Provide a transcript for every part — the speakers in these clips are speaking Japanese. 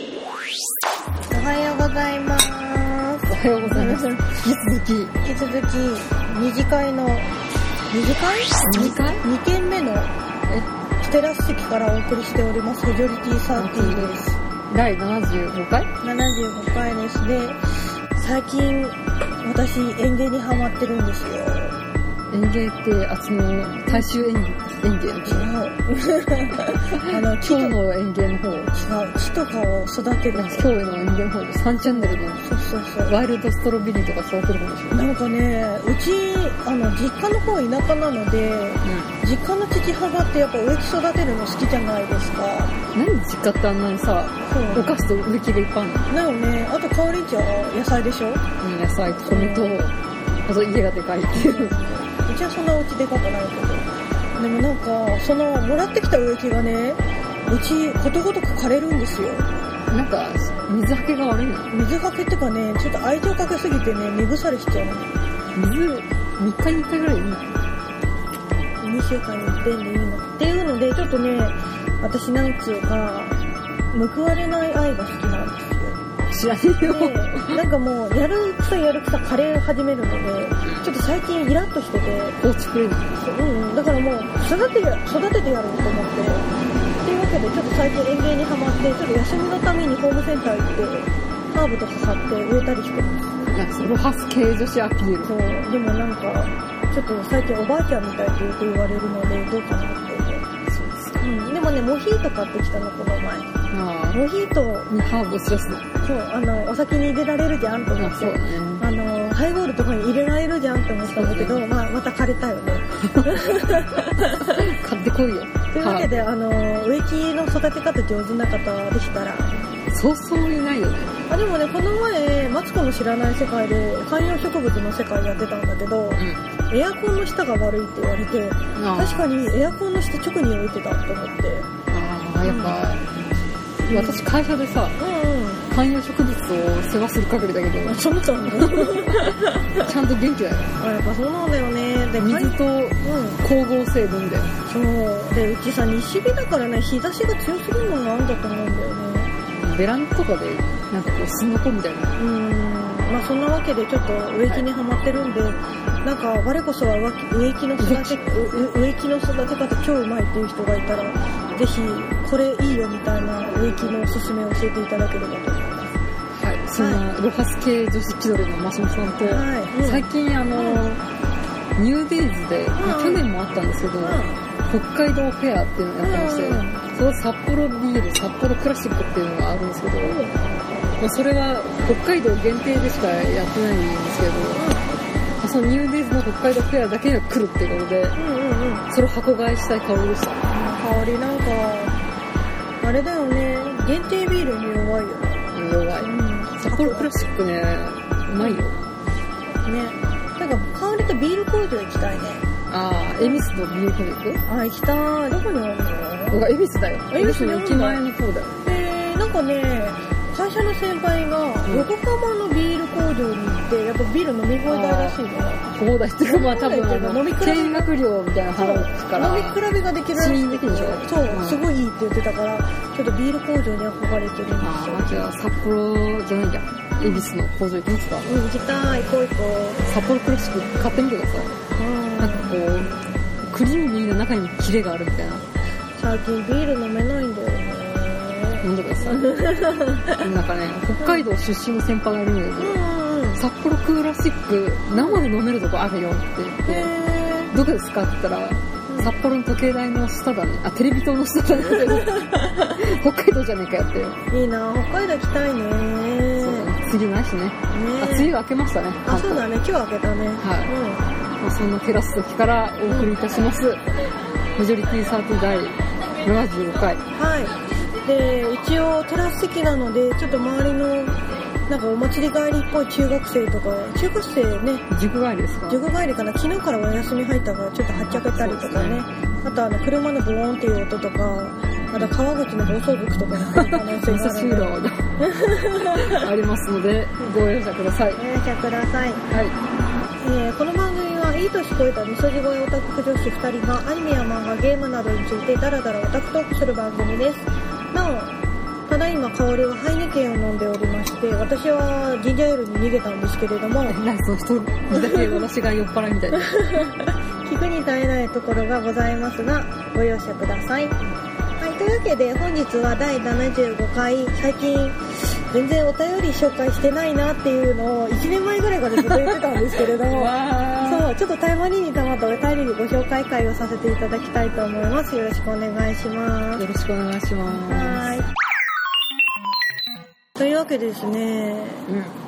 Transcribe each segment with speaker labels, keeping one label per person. Speaker 1: おはようございます。
Speaker 2: おはようございます。引き続
Speaker 1: 引き続き、二次会の、二次会
Speaker 2: 二次会
Speaker 1: 二軒目の、ステラス席からお送りしております、フジョリティサーティーです。
Speaker 2: き、第75回
Speaker 1: 75回です。で、最近、私、園芸にハマってるんですよ。
Speaker 2: 園芸って、あっちの大衆園芸園芸の
Speaker 1: 違
Speaker 2: 木
Speaker 1: う。 あの、木と、違
Speaker 2: 今日
Speaker 1: う、
Speaker 2: の園芸の方、あ
Speaker 1: 木とかを育てる
Speaker 2: 今
Speaker 1: んで
Speaker 2: 日の園芸の方で3チャンネルの
Speaker 1: そうそうそう。
Speaker 2: ワイルドストロベリーとか育てる方でしょ。
Speaker 1: なんかね、うち、あの、実家の方田舎なので、実家の父母ってやっぱ植木育てるの好きじゃないですか。
Speaker 2: うん。なんで実家ってあんなにさ、
Speaker 1: そう
Speaker 2: お。菓子と植木がいっぱいある
Speaker 1: だよね。あと、かおりんちゃんは野菜で しょう
Speaker 2: のうん野菜、米と、あと家がでかいっていう。
Speaker 1: ちはそんなお家でかくないけど。でもなんか、その、もらってきた植木がね、うち、ことごとく枯れるんですよ。
Speaker 2: なんか、水はけが悪いな。
Speaker 1: 水かけってかね、ちょっと愛情かけすぎてね、根腐れしちゃうの。
Speaker 2: 水、3日に1回ぐらいいいな。
Speaker 1: 2週間に一遍でいいの。っていうので、ちょっとね、私なんつうか、報われない愛が好きなんですよ。
Speaker 2: 知らねえよ。
Speaker 1: でなんかもうやるくさやるくさカレーを始めるのでちょっと最近イラッとしてて、
Speaker 2: 放置プレイなの
Speaker 1: うん、だからもう育てや育ててやろうと思ってっていうわけでちょっと最近園芸にハマってちょっと休みのためにホームセンター行ってハーブとか買って植えたりしてます
Speaker 2: なんかそのハス系女子アピール。
Speaker 1: そうでもなんかちょっと最近おばあちゃんみたいってよく言われるのでどうかなって
Speaker 2: そうです
Speaker 1: うん、でもねモヒート買ってきたのこの前
Speaker 2: まあ、
Speaker 1: モヒート
Speaker 2: ね、ハーブを散らすの。
Speaker 1: そうあのお酒に入れられるじゃんと思
Speaker 2: まあ、
Speaker 1: っ
Speaker 2: そ
Speaker 1: て
Speaker 2: うだね。
Speaker 1: あのハイボールとかに入れられるじゃんって思ったんだけど、まあ、また枯れたよね。
Speaker 2: 買ってこいよ。
Speaker 1: というわけで、あの植木の育て方上手な方でしたら
Speaker 2: そうそういないよね。
Speaker 1: あでもねこの前マツコの知らない世界で観葉植物の世界やってたんだけど
Speaker 2: うん。
Speaker 1: エアコンの下が悪いって言われて
Speaker 2: あ
Speaker 1: 確かにエアコンの下直に置いてたと思って
Speaker 2: ああ、やっぱ、私会社でさ、
Speaker 1: う
Speaker 2: 観葉植物を世話する限りだけ
Speaker 1: んうん
Speaker 2: ど、
Speaker 1: そうそうね
Speaker 2: ちゃんと元気だよ。
Speaker 1: あやっぱそうなんだよねでかい
Speaker 2: 水と
Speaker 1: うん
Speaker 2: 光合成分で。
Speaker 1: そうでうちさ西日だからね日差しが強すぎるのなんだと思うんだよね
Speaker 2: ベランダとかで、なんかこう、すのこみたいな。
Speaker 1: うーんまあそんなわけでちょっと植木にはまってるんで、なんか我こそは植木植木の育てう植木の育て方超うまいっていう人がいたらぜひこれいいよみたいな植木のおすすめを教えていただければと思います
Speaker 2: はい。そんな、ロハス系女子千鳥のマシモさんと、
Speaker 1: はい、うん、
Speaker 2: 最近あの、ニューデイズで、まあ去年もあったんですけど、北海道フェアっていうのをやってまして、
Speaker 1: うん
Speaker 2: その札幌ビール、札幌クラシックっていうのがあるんですけど、
Speaker 1: うん
Speaker 2: まあ、それは北海道限定でしかやってないんですけど、まあそのニューデイズの北海道フェアだけが来るってことで、
Speaker 1: うんうんうんうん
Speaker 2: それを箱買いしたい香りでした。
Speaker 1: 香りなんかあれだよね限定ビールに弱いよね、
Speaker 2: 弱い。札幌クラシックね、うまいよ。
Speaker 1: クねなんか香りとビール工場行きたいね
Speaker 2: あー、恵比寿とビールコミック
Speaker 1: あ行きたいどこにあるの
Speaker 2: 僕は恵比寿だよ。
Speaker 1: 恵
Speaker 2: 恵
Speaker 1: 比
Speaker 2: 比
Speaker 1: 寿
Speaker 2: 寿
Speaker 1: にある
Speaker 2: の
Speaker 1: の
Speaker 2: 駅前の方だよ。
Speaker 1: えー、なんかね会社の先輩が
Speaker 2: うん
Speaker 1: 横浜のビール工場に行ってやっぱビール飲み放題らしいの
Speaker 2: 放題っていうか、まあ多分あ
Speaker 1: 飲
Speaker 2: の
Speaker 1: み比、べ
Speaker 2: 見学料みたいなの払うから、
Speaker 1: 飲み比べができるらしい
Speaker 2: 試飲できるでしょ
Speaker 1: そう、
Speaker 2: うん
Speaker 1: すごいいいって言ってたからちょっとビール工場に憧れてるんです
Speaker 2: あ
Speaker 1: よ
Speaker 2: ー、じゃあ札幌じゃないや。恵比寿の工場行きますか
Speaker 1: うん行きたい行こう行こ
Speaker 2: 札幌クラシック買ってみてください。
Speaker 1: う、うん
Speaker 2: なんかこう、クリーミーな中にキレがあるみたいな。
Speaker 1: 最近ビール飲めないんだよね
Speaker 2: 飲んでく ださい。なんかね、北海道出身の先輩がいるんだ
Speaker 1: う
Speaker 2: けど、
Speaker 1: んうんうん
Speaker 2: 札幌クラシック生で飲めるとこあるよって言って、
Speaker 1: へ
Speaker 2: どこですかって言ったら、札幌の時計台の下だね。あ、テレビ塔の下 だね。北海道じゃねえかよって。
Speaker 1: ーいいな北海道行きたいね
Speaker 2: そうだね。次ないしね。あ、梅雨
Speaker 1: ね
Speaker 2: 明けましたね。
Speaker 1: あそうだね今日開けたね
Speaker 2: は
Speaker 1: う
Speaker 2: い
Speaker 1: ん
Speaker 2: まあそんなテラス席からお送りいたします。メジョリティサーティ第75回。
Speaker 1: はい。で、一応テラス席なので、ちょっと周りの、なんかお祭り帰りっぽい中学生とか、中学生ね、
Speaker 2: 塾帰りですか
Speaker 1: 塾帰りかな、昨日からお休み入ったから、ちょっとはっちゃけたりとか
Speaker 2: そう
Speaker 1: ね。
Speaker 2: で
Speaker 1: あと、あの、車のブーンっていう音とか、あと、川口の暴走族とかの可能性
Speaker 2: 味
Speaker 1: が
Speaker 2: 噌
Speaker 1: ある
Speaker 2: 汁
Speaker 1: ので。
Speaker 2: がありますのでご容赦ください。
Speaker 1: お願いしてください。
Speaker 2: はい。
Speaker 1: えーこの番組はいい年こえたみそじ声オタク女子2人がアニメや漫画ゲームなどについてダラダラオタクトークする番組ですなおただいま香りはハイネケンを飲んでおりまして私はジンジャーエールに逃げたんですけれども
Speaker 2: 偉いその人にだけ私が酔っ払いみたいな
Speaker 1: 聞くに耐えないところがございますがご容赦ください、はい、というわけで本日は第75回最近全然お便り紹介してないなっていうのを1年前ぐらいからずっと言ってたんですけれども
Speaker 2: わ
Speaker 1: そうちょっとタイムリーにたまったお便りにご紹介会をさせていただきたいと思いますよろしくお願いしま
Speaker 2: ーよ
Speaker 1: す
Speaker 2: ろしくお願いしま
Speaker 1: はいというわけでですね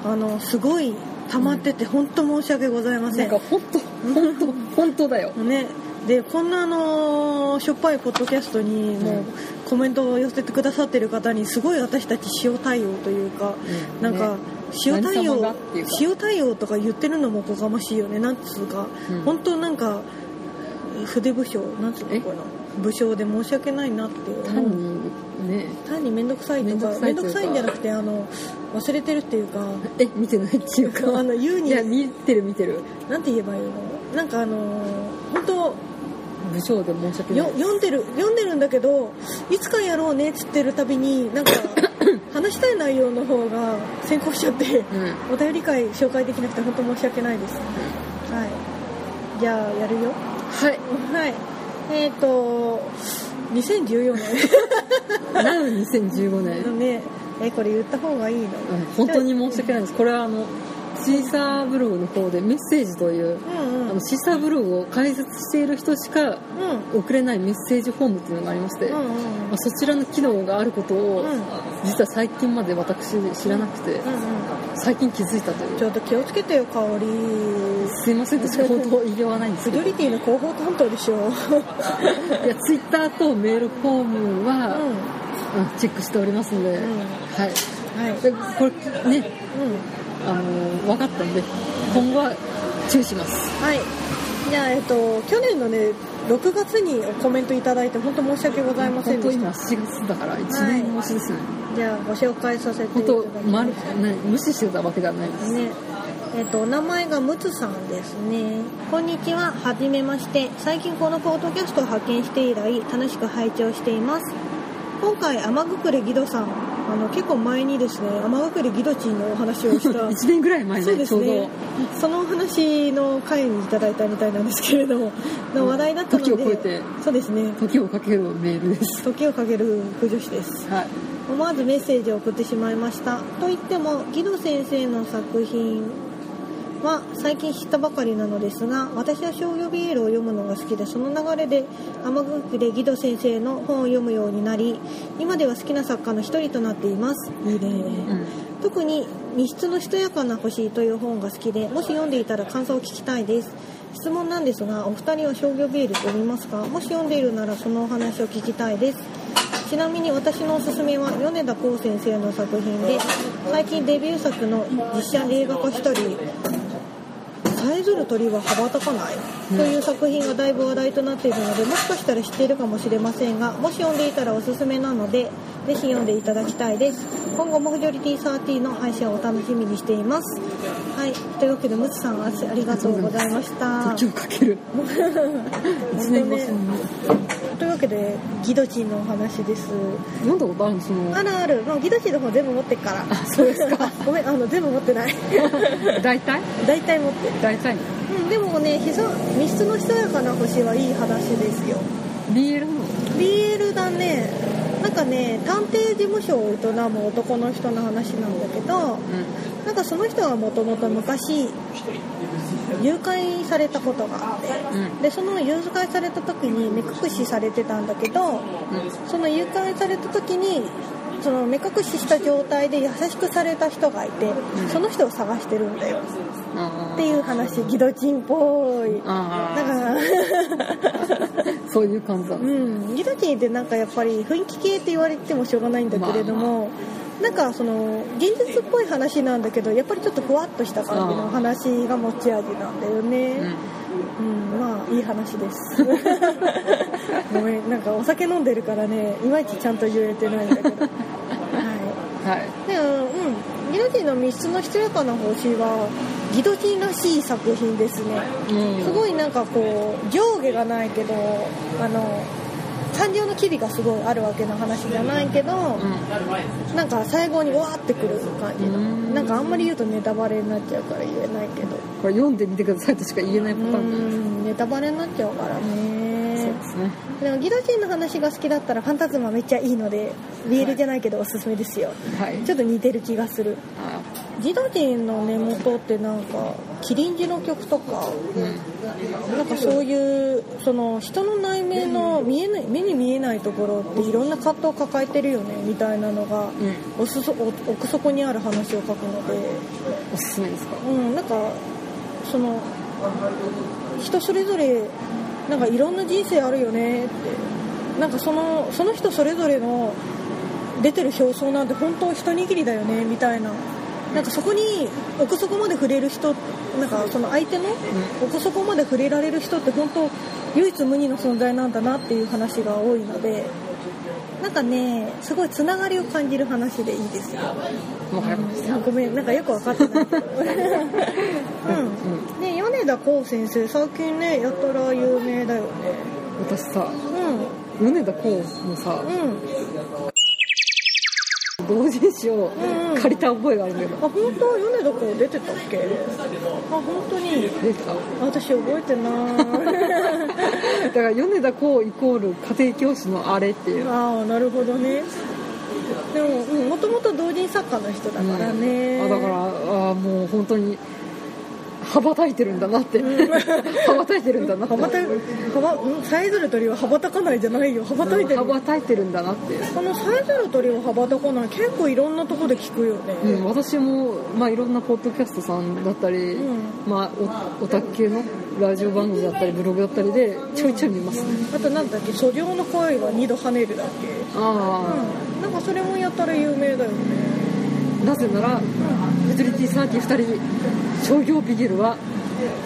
Speaker 2: すうん
Speaker 1: あのすごい溜まってて本当申し訳ございませ
Speaker 2: なん
Speaker 1: ん
Speaker 2: か本当本当本当だよ
Speaker 1: ね、でこんなあのしょっぱいポッドキャストにもうコメントを寄せてくださってる方にすごい私たち塩対応というか、
Speaker 2: うん
Speaker 1: なんか
Speaker 2: ね
Speaker 1: 塩対
Speaker 2: 何様が
Speaker 1: 応
Speaker 2: っていうか
Speaker 1: 塩対応とか言ってるのもおこがましいよねなんつうか、
Speaker 2: うん
Speaker 1: 本当なんか筆武将なんつう
Speaker 2: え
Speaker 1: のかな武将で申し訳ないなって
Speaker 2: 単
Speaker 1: 思う
Speaker 2: にね
Speaker 1: 単に面倒くさいとか
Speaker 2: 面
Speaker 1: 面
Speaker 2: 倒
Speaker 1: 倒
Speaker 2: く
Speaker 1: く
Speaker 2: さ
Speaker 1: さ
Speaker 2: いと
Speaker 1: い
Speaker 2: いうか
Speaker 1: んじゃなくてあの忘れてるって いうか
Speaker 2: え見てないっていうか
Speaker 1: あの言う
Speaker 2: い
Speaker 1: に
Speaker 2: や見てる見てる
Speaker 1: なんて言えばいいのなんかあの本当
Speaker 2: 武将で申し訳な
Speaker 1: よ
Speaker 2: い
Speaker 1: 読んでる読んでるんだけどいつかやろうねっつってるたびに なんか話したい内容の方が先行しちゃって
Speaker 2: うん
Speaker 1: お便り会紹介できなくて本当申し訳ないですはいじゃあやるよ
Speaker 2: はい
Speaker 1: はいえっ、ー、と2014
Speaker 2: なの2015年
Speaker 1: 年のねえこれ言った方がいいの
Speaker 2: うん本当に申し訳ないですこれはあのシーサーブログの方でメッセージとい
Speaker 1: う
Speaker 2: う
Speaker 1: ん
Speaker 2: あ
Speaker 1: うん
Speaker 2: のシーサーブログを解説している人しか
Speaker 1: うん
Speaker 2: 送れないメッセージフォームっていうのがありまして、
Speaker 1: う
Speaker 2: ま
Speaker 1: んうん
Speaker 2: あそちらの機能があることを、
Speaker 1: うん
Speaker 2: 実は最近まで私知らなくて、
Speaker 1: うん
Speaker 2: 最近気づいたとい
Speaker 1: うんち
Speaker 2: う
Speaker 1: ょっと気をつけてよ香り
Speaker 2: すいませんとしか本当言いようがないんです
Speaker 1: セ
Speaker 2: け
Speaker 1: キ
Speaker 2: ど
Speaker 1: ュリティの広報担当でしょ
Speaker 2: いやツイッターとメールフォーム
Speaker 1: う
Speaker 2: は、
Speaker 1: ん
Speaker 2: うんチェックしておりますので、
Speaker 1: うん
Speaker 2: はい
Speaker 1: はい
Speaker 2: でこれね
Speaker 1: うん
Speaker 2: あの分かったんで今後は注意します
Speaker 1: はい。じゃあ、えっと、去年のね、6月にコメントいただいて、本当申し訳ございません
Speaker 2: 本
Speaker 1: で
Speaker 2: 当
Speaker 1: し
Speaker 2: 今
Speaker 1: た。
Speaker 2: 7月だから1年越しですね、
Speaker 1: じゃあ、ご紹介させて
Speaker 2: 本
Speaker 1: いただ
Speaker 2: 当
Speaker 1: き
Speaker 2: ま
Speaker 1: ま
Speaker 2: る
Speaker 1: す。
Speaker 2: ね無視してたわけではないです、
Speaker 1: ね。えっと、お名前がムツさんですね。こんにちは。はじめまして。最近このポッドキャストを発見して以来、楽しく拝聴しています。今回、天隠れギドさん、あの、結構前にですね、天隠れギドチンのお話をした。
Speaker 2: 1年ぐらい前
Speaker 1: そう
Speaker 2: に
Speaker 1: で
Speaker 2: ちょ
Speaker 1: す
Speaker 2: うど
Speaker 1: ね。そのお話の回にいただいたみたいなんですけれども、の話題だったので、
Speaker 2: 時を超えて
Speaker 1: そうですね。
Speaker 2: 時をかけるメールです
Speaker 1: 時をかける不女子です。
Speaker 2: はい
Speaker 1: 思わずメッセージを送ってしまいました。と言っても、ギド先生の作品は最近知ったばかりなのですが、私は商業ビエールを読むのが好きで、その流れで天国でギド先生の本を読むようになり、今では好きな作家の一人となっています。いいね
Speaker 2: うん
Speaker 1: 特に「密室のしとやかな星」という本が好きでもし読んでいたら感想を聞きたいです質問なんですがお二人は商業ビール読みますかもし読んでいるならそのお話を聞きたいですちなみに私のおすすめは米田光先生の作品で最近デビュー作の実写映画化したりさえずる鳥は羽ばたかない、という作品がだいぶ話題となっているのでもしかしたら知っているかもしれませんがもし読んでいたらおすすめなのでぜひ読んでいただきたいです今後もフジョリティサーティの配信をお楽しみにしていますはいというわけでムツさんあありがとうございました
Speaker 2: 時をかける1年越しに
Speaker 1: というわけでギドチンのお話です
Speaker 2: 読んだことあるのその
Speaker 1: あるある、まあ、ギドチンの方全部持ってっから
Speaker 2: あそうですか
Speaker 1: ごめんあの全部持ってない
Speaker 2: 大体
Speaker 1: 大体持ってる
Speaker 2: 大体
Speaker 1: うんでもねひそ密室のひそやかな星はいい話ですよ
Speaker 2: BL の
Speaker 1: BL だねなんかね探偵事務所を営む男の人の話なんだけど
Speaker 2: う
Speaker 1: なんかその人はもともと昔誘拐されたことがあって
Speaker 2: んうん
Speaker 1: でその誘拐された時に目隠しされてたんだけどその誘拐された時にその目隠しした状態で優しくされた人がいて
Speaker 2: ん
Speaker 1: その人を探してるんだよ
Speaker 2: あ
Speaker 1: っていう話ギドチンっぽい
Speaker 2: ーあ
Speaker 1: だから
Speaker 2: ーそういう感じだ、
Speaker 1: うん、ギドチンってなんかやっぱり雰囲気系って言われてもしょうがないんだけれども、なんかその現実っぽい話なんだけどやっぱりちょっとふわっとした感じの話が持ち味なんだよ
Speaker 2: う
Speaker 1: ね
Speaker 2: ん、
Speaker 1: うん、まあいい話ですごめんなんかお酒飲んでるからねいまいちちゃんと言えてないんだけどはい
Speaker 2: はい
Speaker 1: でうんギドチンの密室のひとやかな星はギドティンらしい作品ですね
Speaker 2: うん
Speaker 1: すごいなんかこう上下がないけどあの産業の機微がすごいあるわけの話じゃないけど、なんか最後にわーってくる感じの
Speaker 2: うん
Speaker 1: なんかあんまり言うとネタバレになっちゃうから言えないけど
Speaker 2: これ読んでみてくださいとしか言えないパ
Speaker 1: う
Speaker 2: ターンです
Speaker 1: んネタバレになっちゃうからね
Speaker 2: そうですね
Speaker 1: でもギドチンの話が好きだったらファンタズマめっちゃいいのでビールじゃないけどおすすめですよ
Speaker 2: はい
Speaker 1: ちょっと似てる気がする
Speaker 2: あ
Speaker 1: ギドチンの根元ってなんかキリンジの曲とか
Speaker 2: うん
Speaker 1: なんかそういうその人の内面の見えない目に見えないところっていろんな葛藤を抱えてるよねみたいなのが
Speaker 2: うん
Speaker 1: おすそお奥底にある話を書くので、
Speaker 2: おすすめですか
Speaker 1: うん、なんかその人それぞれなんかいろんな人生あるよねってなんかそのその人それぞれの出てる表層なんて本当一握りだよねみたいな。なんかそこに奥底まで触れる人なんかその相手の奥底まで触れられる人って本当唯一無二の存在なんだなっていう話が多いのでなんかねすごいつながりを感じる話でいいですよ。
Speaker 2: わかりました
Speaker 1: ごめんなんかよく分かってないうんね米田浩先生最近ねやたら有名だよね
Speaker 2: 私さ
Speaker 1: うん
Speaker 2: 米田こうのさ
Speaker 1: うん
Speaker 2: 同人誌を
Speaker 1: うんうん
Speaker 2: 借りた覚えがあるんだけ
Speaker 1: あ
Speaker 2: ど
Speaker 1: 本当米田浩出てたっけあ本当に
Speaker 2: 出てた
Speaker 1: 私覚えてない
Speaker 2: だから米田こうイコール家庭教師のあれっていう
Speaker 1: ああなるほどねでももともと同人作家の人だからね、
Speaker 2: うんあだからあーもう本当に羽ばたいてるんだなって羽ばたいてるんだなって
Speaker 1: 羽ばた羽ばうんさえずる鳥は羽ばたかないじゃないよ羽ばたいてる
Speaker 2: 羽ばたいてるんだなっていう、
Speaker 1: このさえずる鳥は羽ばたかない結構いろんなとこで聞くよね、
Speaker 2: うん、私も、まあ、いろんなポッドキャストさんだったり、
Speaker 1: う
Speaker 2: まあ、おオタク系のラジオ番組だったりブログだったりでちょいちょい見ますね
Speaker 1: あとなんだっけ「素量の恋は二度跳ねる」だっけ
Speaker 2: あ
Speaker 1: うんなんかそれもやったら有名だよね
Speaker 2: あなぜならユーティリティサーティ2人商業ビギルは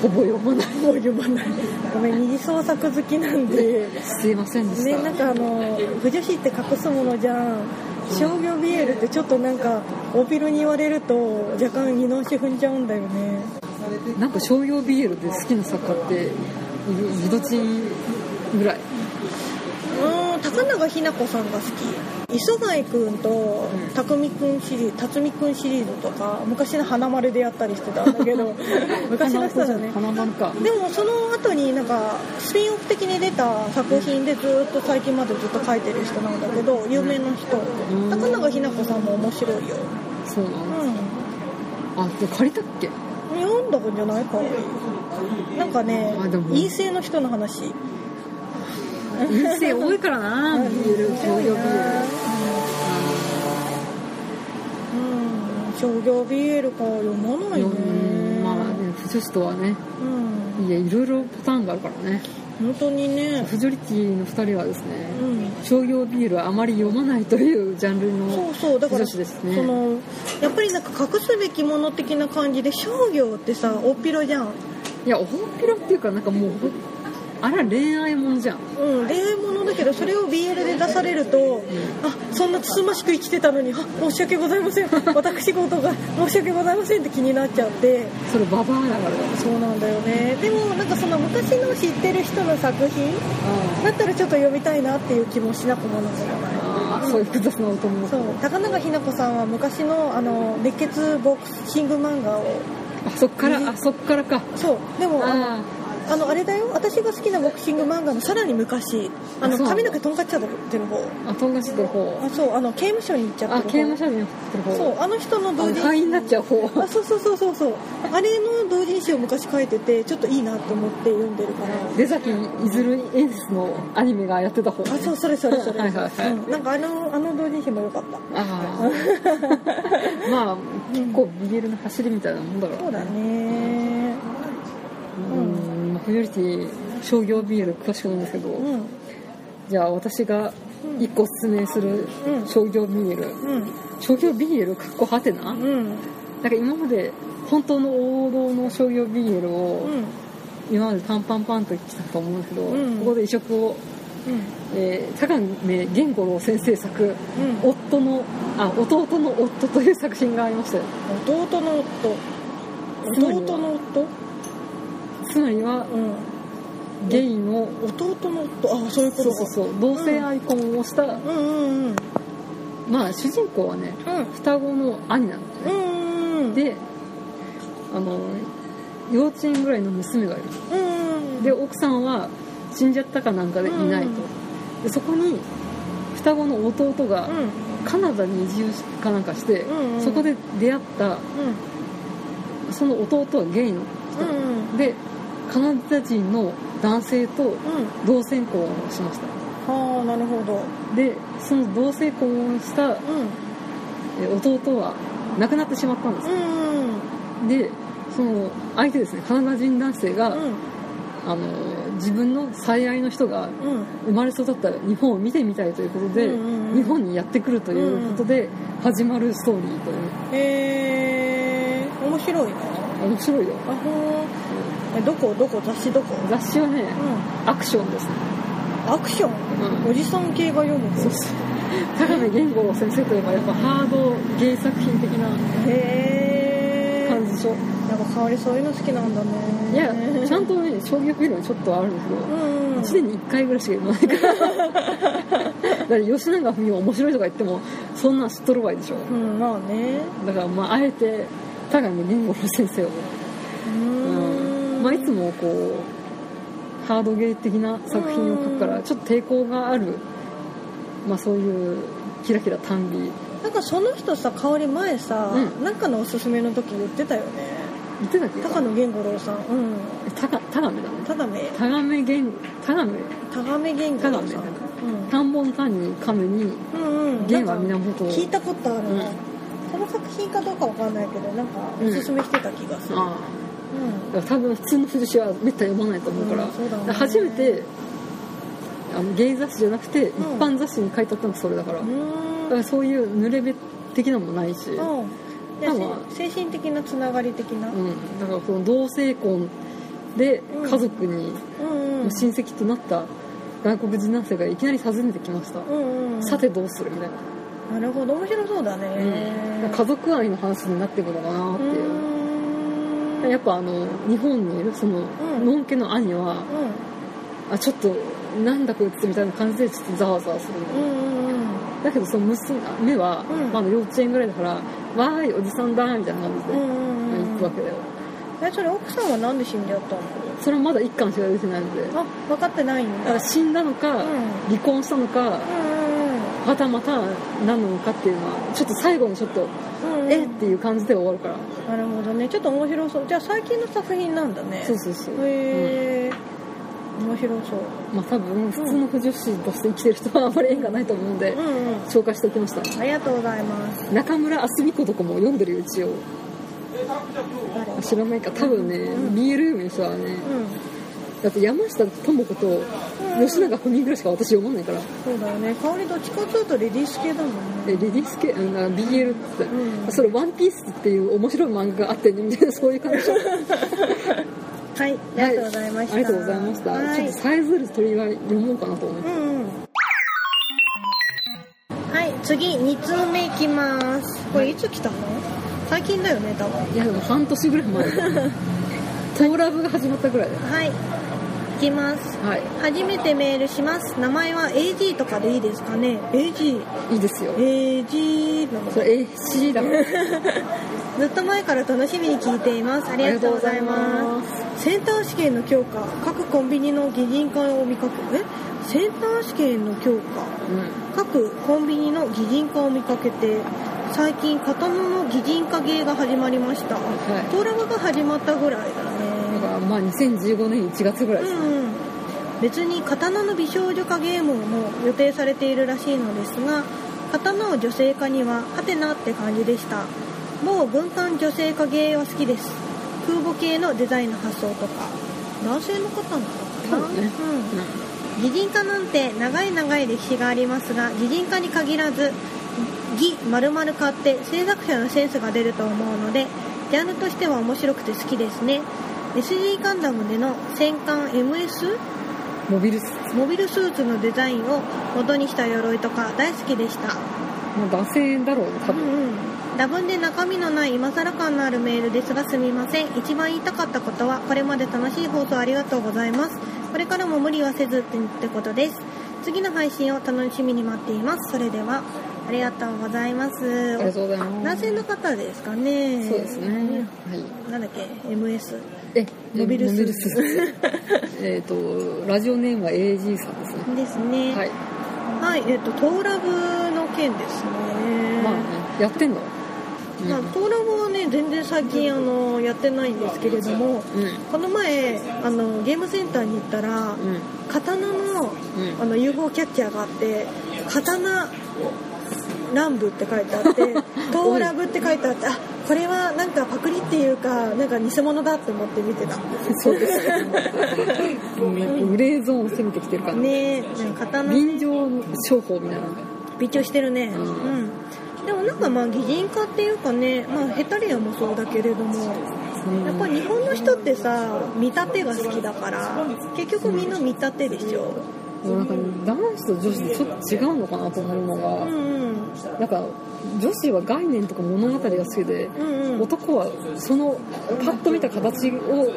Speaker 2: ほぼ読まない
Speaker 1: もう呼ばないごめん二次創作好きなん です
Speaker 2: いませんでし
Speaker 1: ね
Speaker 2: た、
Speaker 1: なんかあの不女子って隠すものじゃん商業ビエールってちょっとなんか大ピルに言われると若干二の足踏んじゃうんだよね
Speaker 2: なんか商業 BL で好きな作家ってギドチンぐらい、
Speaker 1: うん高永ひな子さんが好き磯貝くんと
Speaker 2: うん
Speaker 1: 匠くんシリーズ辰巳くんシリーズとか昔の花丸でやったりしてたんだけ ど昔の人だね
Speaker 2: 花丸か
Speaker 1: でもその後になんかスピンオフ的に出た作品でずっと最近までずっと書いてる人なんだけど有名な人
Speaker 2: ん
Speaker 1: 高永ひな子さんも面白いよ
Speaker 2: そうな
Speaker 1: う
Speaker 2: のあでも借りたっけ
Speaker 1: ん読んだんじゃないかなんかね
Speaker 2: あでも
Speaker 1: 陰性の人の話
Speaker 2: 陰性多いからな BL 商業 BL
Speaker 1: うん商業 BL か読まないね
Speaker 2: うんまあね不女子とはね
Speaker 1: うん
Speaker 2: いやいろいろパターンがあるからね
Speaker 1: 本当にね
Speaker 2: フジョリティの2人はですね
Speaker 1: うん
Speaker 2: 商業ビールはあまり読まないというジャンル
Speaker 1: そ
Speaker 2: の
Speaker 1: うそうだから、
Speaker 2: 女子ですね
Speaker 1: そのやっぱりなんか隠すべきもの的な感じで商業ってさ大っぴろじゃん、
Speaker 2: いや本気だっていうかなんかもうあれは恋愛もんじゃん
Speaker 1: うん、恋愛ものだけどそれを BL で出されると、あそんなつつましく生きてたのにあ申し訳ございません私事が申し訳ございませんって気になっちゃって
Speaker 2: それババアだからだ
Speaker 1: そうなんだよねでもなんかその昔の知ってる人の作品だったらちょっと読みたいなっていう気もしなくもなくもない
Speaker 2: あーそういう複雑な男の
Speaker 1: そう高永ひな子さんは昔のあの熱血ボクシング漫画を
Speaker 2: あそっからあそっからか
Speaker 1: そうでもあの
Speaker 2: あ
Speaker 1: あのあれだよ私が好きなボクシング漫画のさらに昔あの
Speaker 2: そう
Speaker 1: 髪の毛とんがっちゃってる方
Speaker 2: ーあとんがしてる方
Speaker 1: あそうあの刑務所に行っちゃ
Speaker 2: あ
Speaker 1: ってる方
Speaker 2: 刑務所に行ってる方
Speaker 1: そうあの人の同
Speaker 2: あ
Speaker 1: 人
Speaker 2: 会員になっちゃう方
Speaker 1: あそうそうそうそうそうあれの同人誌を昔書いててちょっといいなと思って読んでるから
Speaker 2: 出崎いずるエンスのアニメがやってた方
Speaker 1: あそうそれそれそれ、
Speaker 2: はいはいはい
Speaker 1: うん、なんかあのあの同人誌も良かった
Speaker 2: あ あまあ結構 BL の走りみたいなもんだから
Speaker 1: そうだね
Speaker 2: うんまあフジョリティ商業 BL 詳しくないんですけど、
Speaker 1: うんうん
Speaker 2: じゃあ私が一個おすすめする
Speaker 1: うん
Speaker 2: 商業 BL、商業 BL かっこはてな、
Speaker 1: う
Speaker 2: なん
Speaker 1: ん
Speaker 2: か今まで本当の王道の商業 BL
Speaker 1: う
Speaker 2: を
Speaker 1: ん
Speaker 2: 今までパンパンパンと来たと思うんですけど、
Speaker 1: うん
Speaker 2: ここで移植を、えー、高根源五郎先生作
Speaker 1: うん
Speaker 2: 「夫のあ弟の夫」という作品がありまして
Speaker 1: 弟の夫
Speaker 2: 妻に
Speaker 1: 弟
Speaker 2: は
Speaker 1: の夫
Speaker 2: 妻には
Speaker 1: うん
Speaker 2: ゲイの
Speaker 1: 弟の夫あそういうこ
Speaker 2: そ
Speaker 1: と
Speaker 2: う
Speaker 1: か
Speaker 2: そうそう同性アイコンをした、
Speaker 1: うんうんうん
Speaker 2: まあ主人公はね
Speaker 1: うん
Speaker 2: 双子の兄なんだ
Speaker 1: う
Speaker 2: よね、
Speaker 1: んうん
Speaker 2: であの幼稚園ぐらいの娘がいる
Speaker 1: うん
Speaker 2: で奥さんは死んじゃったかなんかでいないと、でそこに双子の弟が
Speaker 1: うん
Speaker 2: カナダに移住しかなんかして、
Speaker 1: うんうん
Speaker 2: そこで出会った
Speaker 1: う
Speaker 2: その弟はゲイ
Speaker 1: ん
Speaker 2: の
Speaker 1: うん
Speaker 2: でカナダ人の男性と
Speaker 1: うん
Speaker 2: 同性婚をしました
Speaker 1: ああなるほど
Speaker 2: でその同性婚をした
Speaker 1: うん
Speaker 2: え弟は亡くなってしまったんです
Speaker 1: うん
Speaker 2: でその相手ですねカナダ人男性
Speaker 1: う
Speaker 2: が、
Speaker 1: ん
Speaker 2: あの自分の最愛の人が
Speaker 1: うん
Speaker 2: 生まれ育った日本を見てみたいということで、
Speaker 1: うんうんうん
Speaker 2: 日本にやってくるということで始まるストーリーという
Speaker 1: へえー、面白いな
Speaker 2: 面白いよ
Speaker 1: あほーえどこどこ雑誌どこ
Speaker 2: 雑誌はね
Speaker 1: うん
Speaker 2: アクションですね、
Speaker 1: アクションおじさん系が読むの
Speaker 2: そうそう高部源五郎先生といえばやっぱハードゲイ作品的な
Speaker 1: へえ
Speaker 2: 感じでしょ、
Speaker 1: ー、なんか香りそういうの好きなんだね
Speaker 2: いやちゃん
Speaker 1: と
Speaker 2: とね衝撃理論ちょっとあるんですけど、
Speaker 1: うん
Speaker 2: 1年に1回ぐらいしか読ま ないからだから吉永文雄面白いとか言ってもそんなん知っとるわいでしょ
Speaker 1: うんまあね
Speaker 2: だからまああえて田上源五郎先生を、
Speaker 1: う
Speaker 2: うん
Speaker 1: ん
Speaker 2: まあ、いつもこうハードゲイ的な作品を書くか
Speaker 1: う
Speaker 2: ら
Speaker 1: ん
Speaker 2: ちょっと抵抗がある、まあ、そういうキラキラ短美
Speaker 1: なんかその人さ香り前さ、
Speaker 2: うん
Speaker 1: なんかのおすすめの時言ってたよね
Speaker 2: 言ってたっけ
Speaker 1: 高野源五郎さんうん
Speaker 2: たか田上だね
Speaker 1: ただめ
Speaker 2: 田上源田上
Speaker 1: タガメ言語さん
Speaker 2: タガメ単本単に亀に
Speaker 1: うんうんうん
Speaker 2: 源は
Speaker 1: なんか
Speaker 2: 源を
Speaker 1: 聞いたことあるな、
Speaker 2: うん
Speaker 1: その作品かどうかわかんないけどなんか
Speaker 2: うん
Speaker 1: おすすめしてた気がする、うん
Speaker 2: ああだから多分普通の女子はめったに読まないと思うから、
Speaker 1: うんそうだね
Speaker 2: で初めてあの芸雑誌じゃなくて一
Speaker 1: ん
Speaker 2: 般雑誌に書いてあったのがそれだから,、
Speaker 1: う
Speaker 2: だ
Speaker 1: ん
Speaker 2: からそういう濡れべ的なのもないし、うん
Speaker 1: うんじゃあ
Speaker 2: 多分
Speaker 1: せ精神的なつながり的なうん
Speaker 2: だからこの同性婚で
Speaker 1: うん
Speaker 2: 家族に、
Speaker 1: うんうん
Speaker 2: 親戚となった外国人男性がいきなり訪ねてきました、
Speaker 1: うんうん
Speaker 2: さてどうするみたいな、
Speaker 1: なるほど面白そうだね、
Speaker 2: うん家族愛の話になっていくのかなっていう。
Speaker 1: うん
Speaker 2: やっぱあの日本にいるその、
Speaker 1: ん
Speaker 2: のんけの兄はあちょっとなんだこいつみたいな感じでちょっとざわざわする
Speaker 1: うんうん
Speaker 2: の、
Speaker 1: うんうん
Speaker 2: だけどその娘は、
Speaker 1: うん
Speaker 2: まだ幼稚園ぐらいだから「わーいおじさんだ」みたいな感じ
Speaker 1: う
Speaker 2: で
Speaker 1: んうん
Speaker 2: 行く
Speaker 1: う
Speaker 2: わ
Speaker 1: ん
Speaker 2: けだよ、
Speaker 1: えそれ奥さんはなんで死んじゃったの
Speaker 2: それはまだ一巻しか出てないのでだ
Speaker 1: あ分かってないん
Speaker 2: か
Speaker 1: だ
Speaker 2: ら死んだのか、
Speaker 1: うん
Speaker 2: 離婚したのか
Speaker 1: う
Speaker 2: はたまた何なのかっていうのはちょっと最後にちょっと
Speaker 1: ん
Speaker 2: 「
Speaker 1: うんうん
Speaker 2: えっ?」ていう感じで終わるから、
Speaker 1: なるほどねちょっと面白そうじゃあ最近の作品なんだね
Speaker 2: そうそうそう、
Speaker 1: へえ面白そう
Speaker 2: うんまあ多分普通の不女子として生きてる人はあんまり縁がないと思うんで、
Speaker 1: うんうん
Speaker 2: 紹介しておきました
Speaker 1: ありがとうございます
Speaker 2: 中村あすみ子とかも読んでるよ一応
Speaker 1: 誰
Speaker 2: 知らないか多分ね、
Speaker 1: うん
Speaker 2: ミールームの人はね
Speaker 1: うん
Speaker 2: だって山下智子と吉永文ぐらいしか私読まないから、
Speaker 1: そうだよね香りどっちかっていうとレディース系だもん
Speaker 2: で
Speaker 1: ね
Speaker 2: レディース系あの BL って、
Speaker 1: うん
Speaker 2: それ「ワンピースっていう面白い漫画があってねみたいなそういう感 じ
Speaker 1: はいありがとうございました、
Speaker 2: ありがとうございました、
Speaker 1: は
Speaker 2: ちょ
Speaker 1: い
Speaker 2: っとサイズル鳥は読もうかなと思って、
Speaker 1: うんうんはい次2通目いきますこれいつ来たの最近だよね多分
Speaker 2: いやでも半年ぐらい前トラブが始まったぐらいだよ
Speaker 1: はいいきます
Speaker 2: はい
Speaker 1: 初めてメールします名前は AG とかでいいですかね AG
Speaker 2: いいですよ
Speaker 1: AG なの
Speaker 2: それ AC だから
Speaker 1: ずっと前から楽しみに聞いていますありがとうござい
Speaker 2: ありがと
Speaker 1: ま
Speaker 2: うございます
Speaker 1: センター試験の強化各コンビニの擬人化を見かけえセンター試験の強化
Speaker 2: う
Speaker 1: 各コンビニの擬人化を見かけて最近刀の擬人化芸が始まりました
Speaker 2: い
Speaker 1: トラブが始まったぐらいだ
Speaker 2: んだ
Speaker 1: ね
Speaker 2: からまあ2015年1月ぐらいです
Speaker 1: うんうん別に刀の美少女化ゲームも予定されているらしいのですが刀を女性化にはハテナって感じでした某軍艦女性化ゲーは好きです空母系のデザインの発想とか男性の方なのかな
Speaker 2: そうね
Speaker 1: うん擬人化なんて長い長い歴史がありますが擬人化に限らず擬丸々化って制作者のセンスが出ると思うのでジャンルとしては面白くて好きですね SG ガンダムでの戦艦 MS
Speaker 2: モビルス
Speaker 1: モビルスーツのデザインを元にした鎧とか大好きでした
Speaker 2: まあ、惰性だろうね多
Speaker 1: うん
Speaker 2: 分、
Speaker 1: うん打分で中身のない今更感のあるメールですがすみません一番言いたかったことはこれまで楽しい放送ありがとうございますこれからも無理はせずってってことです次の配信を楽しみに待っていますそれではありがとうございます
Speaker 2: ありがとうございます
Speaker 1: 男性の方ですかね
Speaker 2: そうですね。はい。
Speaker 1: なんだっけ MS
Speaker 2: え、
Speaker 1: モビルスー
Speaker 2: モビルスーツえっと、ラジオネームは AG さんですね。
Speaker 1: ですね
Speaker 2: はい。
Speaker 1: はい、えっと、トーラブの件ですね。
Speaker 2: まあね、やってんの
Speaker 1: まあ、トーラブはね、全然最近、あの、やってないんですけれども、
Speaker 2: うん。うん。
Speaker 1: この前、あの、ゲームセンターに行ったら、
Speaker 2: うん。
Speaker 1: 刀の、
Speaker 2: うん
Speaker 1: あの、UFO キャッチャーがあって、刀、乱舞って書いてあって、 トーラブって書いてあって、あ、これはなんかパクリっていうか、なんか偽物だって思って見てた。
Speaker 2: そうですね。もうなんかグレーゾーンを攻めてきてるからね。
Speaker 1: ねえ、なんか刀ね
Speaker 2: 臨場商法みたいなのが。
Speaker 1: 微調してるね、う
Speaker 2: うん
Speaker 1: でもなんかまあ擬人化っていうかね、まあ、ヘタレアもそうだけれどもやっぱり日本の人ってさ見立てが好きだから結局みんな見立てでしょ
Speaker 2: でもなんか男子と女子でちょっと違うのかなと思うの
Speaker 1: う
Speaker 2: が、
Speaker 1: ん
Speaker 2: なんか女子は概念とか物語が好きで、
Speaker 1: うんうんうん
Speaker 2: 男はそのパッと見た形を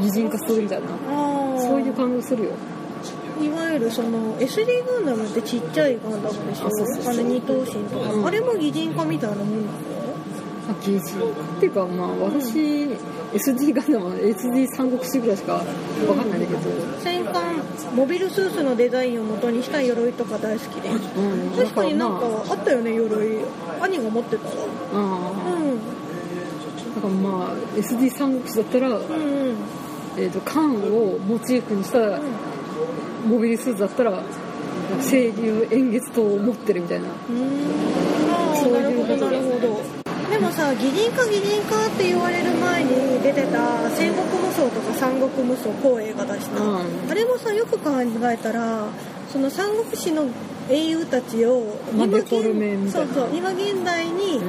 Speaker 2: 擬人化するみたいな、
Speaker 1: ああ
Speaker 2: そういう感じするよ。
Speaker 1: いわゆるその SD ガンダムってちっちゃいガンダムでしょ
Speaker 2: あそうそうそう
Speaker 1: あの二等身とか、
Speaker 2: うん
Speaker 1: あれも擬人化みたいなもんなの
Speaker 2: あゲージっていうかまあ私、SD ガンダムは SD 三国志ぐらいしかわかんないんだけど、
Speaker 1: 戦艦モビルスーツのデザインを元にした鎧とか大好きで
Speaker 2: うん
Speaker 1: 確かになんか
Speaker 2: だらま
Speaker 1: あったよね鎧兄が持ってたわ
Speaker 2: あ
Speaker 1: うん
Speaker 2: うんだからまあ SD 三国志だったら、
Speaker 1: うん
Speaker 2: えー、と艦をモチーフにしたモビルスーツだったら清流円月刀を持ってるみたいな
Speaker 1: うんああなるほどなるほどでもさ擬人化擬人化って言われる前に出てた戦国無双とか三国無双光栄が出した、
Speaker 2: うん
Speaker 1: あれもさよく考えたらその三国志の英雄たちを
Speaker 2: まあ
Speaker 1: 今
Speaker 2: デフォルメ
Speaker 1: 現
Speaker 2: み
Speaker 1: そ
Speaker 2: たいうな
Speaker 1: そう今現代に、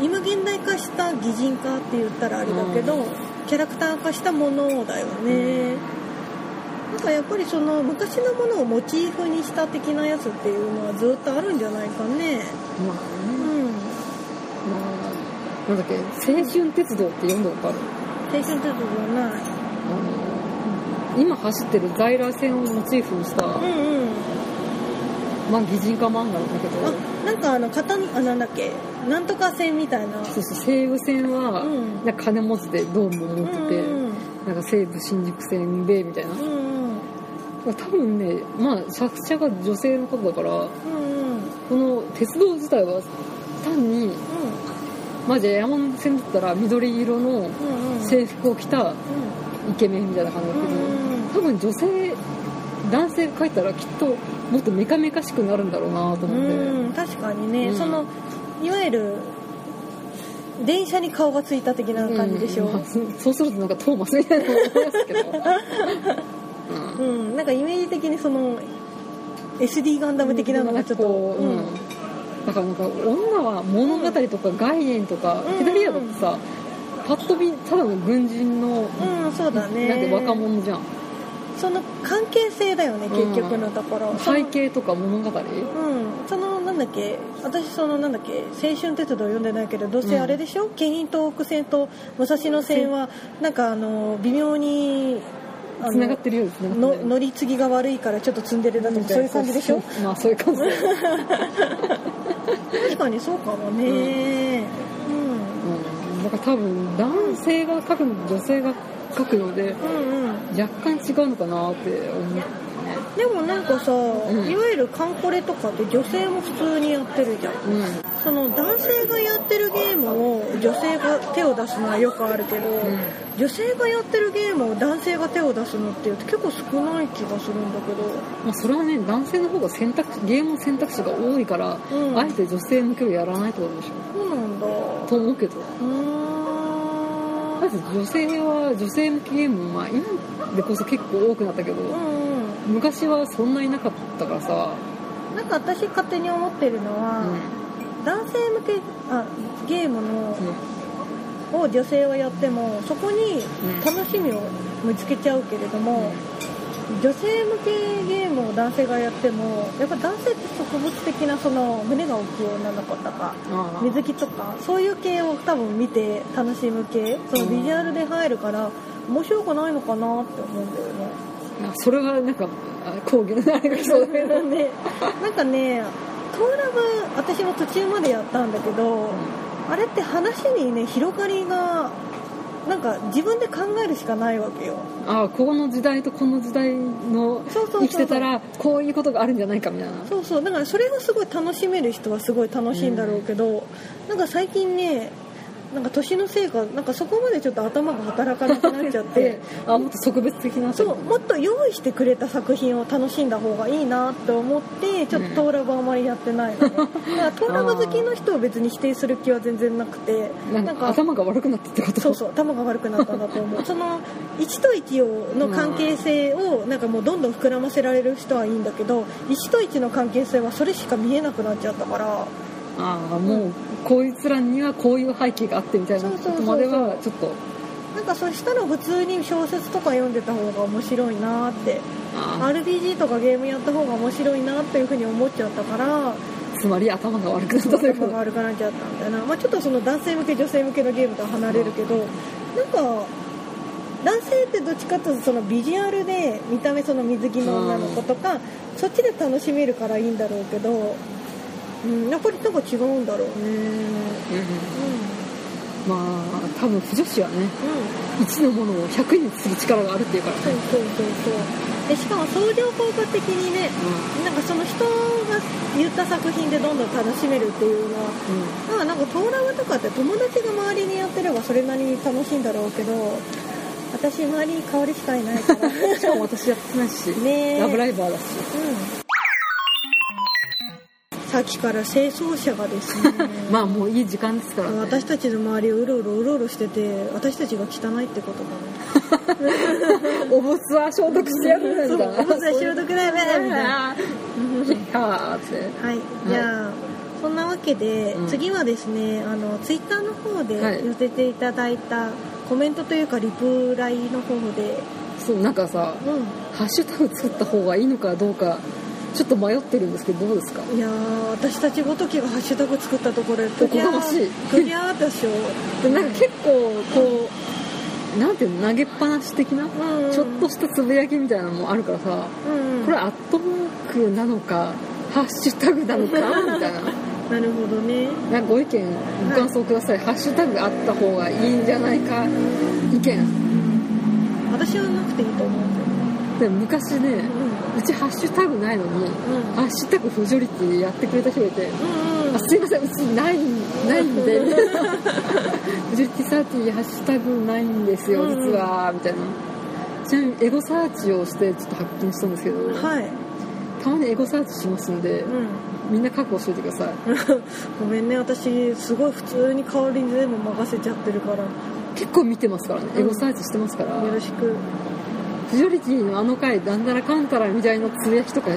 Speaker 1: 今現代化した擬人化って言ったらあれだけど、キャラクター化したものだよね、なんかやっぱりその昔のものをモチーフにした的なやつっていうのはずっとあるんじゃないかね
Speaker 2: まあ
Speaker 1: う
Speaker 2: ね、
Speaker 1: ん
Speaker 2: まあ、なんだっけ青春鉄道って読んだことある
Speaker 1: 青春鉄道はない
Speaker 2: あの今走ってる在来線をモチーフにした、
Speaker 1: うんうん
Speaker 2: まあ、擬人化漫画なんだけど
Speaker 1: あなんかあの型あなんだっけなんとか線みたいな
Speaker 2: そうそう西武線は、
Speaker 1: うん
Speaker 2: なんか金持ちでドームを
Speaker 1: う
Speaker 2: 持
Speaker 1: ん
Speaker 2: って
Speaker 1: う
Speaker 2: て、
Speaker 1: ん
Speaker 2: なんか西武新宿線でみたいな
Speaker 1: うんうん
Speaker 2: 多分ねまあ作者が女性の方だから
Speaker 1: うんうん
Speaker 2: この鉄道自体は単にまあじゃあ山手線だったら緑色の
Speaker 1: うんうんうん
Speaker 2: 制服を着たイケメンみたいな感じだけど、多分女性男性が描いたらきっともっとメカメカしくなるんだろうなと
Speaker 1: う
Speaker 2: 思って、
Speaker 1: ん確かにね、
Speaker 2: うん
Speaker 1: そのいわゆる電車に顔がついた的な感じでしょ、
Speaker 2: うんまあそそうするとなんかトーマスみたいなの思いますけど、うん
Speaker 1: うん、なんかイメージ的にその SD ガンダム的なのがちょっと、
Speaker 2: こう
Speaker 1: うん
Speaker 2: うんだからなんか女は物語とか概念とか、
Speaker 1: うん
Speaker 2: 左だってさパッと見ただの軍人
Speaker 1: う
Speaker 2: の、
Speaker 1: んそうだね
Speaker 2: なんて若者じゃん
Speaker 1: その関係性だよね
Speaker 2: うん
Speaker 1: 結局のところ、その
Speaker 2: 背景とか物語
Speaker 1: うんそのなんだっけ私そのなんだっけ青春鉄道読んでないけどどうせあれでしょ、京浜東北線と武蔵野線はなんかあの微妙にあ
Speaker 2: つながってるようですね
Speaker 1: の乗り継ぎが悪いからちょっとツンデレだとかそういう感じでしょ
Speaker 2: そうまあそういう感じだよね
Speaker 1: 確かにそうかもねうん
Speaker 2: うんだから多分男性が描くのと女性が描くので
Speaker 1: うんうん
Speaker 2: 若干違うのかなって思って
Speaker 1: でもなんかさ、
Speaker 2: ん
Speaker 1: いわゆるカンコレとかって女性も普通にやってるじゃん
Speaker 2: うん
Speaker 1: その男性がやってるゲームを女性が手を出すのはよくあるけど、
Speaker 2: ん
Speaker 1: 女性がやってるゲームを男性が手を出すのっていうと結構少ない気がするんだけど
Speaker 2: まあ、それはね男性の方が選択肢ゲームの選択肢が多いから、
Speaker 1: うん
Speaker 2: あえて女性向けをやらないってことでしょ
Speaker 1: そうなんだう
Speaker 2: と思うけど
Speaker 1: ーん
Speaker 2: まず女性は女性向けゲームは今でこそ結構多くなったけど、
Speaker 1: うんうん
Speaker 2: 昔はそんないなかったからさ、
Speaker 1: なんか私勝手に思ってるの
Speaker 2: う
Speaker 1: は、男性向けあゲームの
Speaker 2: ん
Speaker 1: を女性はやってもそこに楽しみを見つけちゃうけれども、女性向けゲームを男性がやってもやっぱ男性って植物的なその胸が大きい女の子とか
Speaker 2: あ
Speaker 1: 水着とかそういう系を多分見て楽しむ系そのビジュアルで入るから面白くないのかなって思うんだよね
Speaker 2: あそれはなんかあ講義のあ れが来そうだけど、
Speaker 1: なんでなんかねトーラブ私も途中までやったんだけどあれって話にね広がりがなんか自分で考えるしかないわけよ
Speaker 2: あこの時代とこの時代の
Speaker 1: そうそうそうそう
Speaker 2: 生きてたらこういうことがあるんじゃないかみたいな
Speaker 1: そうそうだからそれがすごい楽しめる人はすごい楽しいんだろうけど、なんか最近ねなんか年のせいかなんかそこまでちょっと頭が働かなくなっちゃっ て
Speaker 2: であもっと特別的な
Speaker 1: そうもっと用意してくれた作品を楽しんだ方がいいなって思ってちょっとトーラブあまりやってない のね、だからトーラブ好きの人を別に否定する気は全然なくて
Speaker 2: なんか頭が悪くなったってこと
Speaker 1: そうそう頭が悪くなったんだと思うその1と1をの関係性をなんかもうどんどん膨らませられる人はいいんだけど1と1の関係性はそれしか見えなくなっちゃったから
Speaker 2: ああもうこいつらにはこういう背景があってみたい
Speaker 1: そ
Speaker 2: な
Speaker 1: う
Speaker 2: こ
Speaker 1: そうそう
Speaker 2: とまではちょっと
Speaker 1: なんかそしたら普通に小説とか読んでた方が面白いなって
Speaker 2: あ
Speaker 1: RPG とかゲームやった方が面白いなっていうふうに思っちゃったから
Speaker 2: あつまり頭が悪くなったという
Speaker 1: 頭
Speaker 2: こ
Speaker 1: が
Speaker 2: と
Speaker 1: 悪くなっちゃったんだよな、まあ、ちょっとその男性向け女性向けのゲームとは離れるけどなんか男性ってどっちかというとそのビジュアルで見た目その水着の女の子とかそっちで楽しめるからいいんだろうけど、うん、やっぱりなんか違うんだろうね
Speaker 2: うんうん
Speaker 1: う
Speaker 2: まあ多分腐女子はね
Speaker 1: んうん
Speaker 2: 1のものを100にする力があるっていうから
Speaker 1: そう
Speaker 2: ね、
Speaker 1: そうそうそうでしかも相乗効果的にねなんかその人が言った作品でどんどん楽しめるっていうのは
Speaker 2: うんうん
Speaker 1: まあなんかトーラブとかって友達が周りにやってればそれなりに楽しいんだろうけど私周りに香りしかいないからね
Speaker 2: しかも私やってないし、
Speaker 1: え
Speaker 2: ラブライバーだし
Speaker 1: うんさっきから清掃車がですね
Speaker 2: まあもういい時間ですからね
Speaker 1: 私たちの周りをうろうろうろうろしてて私たちが汚いってことかな
Speaker 2: お物は消毒してやる
Speaker 1: そ
Speaker 2: ん
Speaker 1: う
Speaker 2: だ
Speaker 1: お物は消毒だよねみたいな
Speaker 2: はーって
Speaker 1: はい、じゃあ、そんなわけで、
Speaker 2: うん
Speaker 1: 次はですねあのツイッターの方
Speaker 2: は
Speaker 1: で
Speaker 2: い
Speaker 1: 寄せていただいたコメントというかリプライの方で、
Speaker 2: そうなんかさ
Speaker 1: う
Speaker 2: ハッシュタグ作った方がいいのかどうかちょっと迷ってるんですけどどうですか
Speaker 1: ん、いやー私たちごときがハッシュタグ作ったところ
Speaker 2: こがましい
Speaker 1: クリアーでしょ
Speaker 2: でなんか結構こうなんていうの投げっぱなし的な、
Speaker 1: うん
Speaker 2: ちょっとしたつぶやきみたいなのもあるからさ、
Speaker 1: うん
Speaker 2: これアットマークなのかハッシュタグなのかみたいな
Speaker 1: なるほどね
Speaker 2: なんかご意見ご感想ください、ハッシュタグあった方がいいんじゃないか意見
Speaker 1: 私はなくていいと思うんですよね
Speaker 2: で昔ねうちハッシュタグないのに、
Speaker 1: うんうん
Speaker 2: ハッシュタグフジョリティやってくれた人がい
Speaker 1: う
Speaker 2: て、
Speaker 1: んうん
Speaker 2: あすいませんうちないないん でフジョリティサーティハッシュタグないんですよ
Speaker 1: うん
Speaker 2: 実は、みたいなちなみにエゴサーチをしてちょっと発見したんですけど、
Speaker 1: はい、
Speaker 2: たまにエゴサーチしますんで、
Speaker 1: うん、
Speaker 2: みんな覚悟しといてください
Speaker 1: ごめんね私すごい普通に香りに全部任せちゃってるから
Speaker 2: 結構見てますからね、
Speaker 1: うん
Speaker 2: エゴサーチしてますから
Speaker 1: よろしく、うん、
Speaker 2: フジョリティのあの回なんだらかんたらみたいなつぶやきとか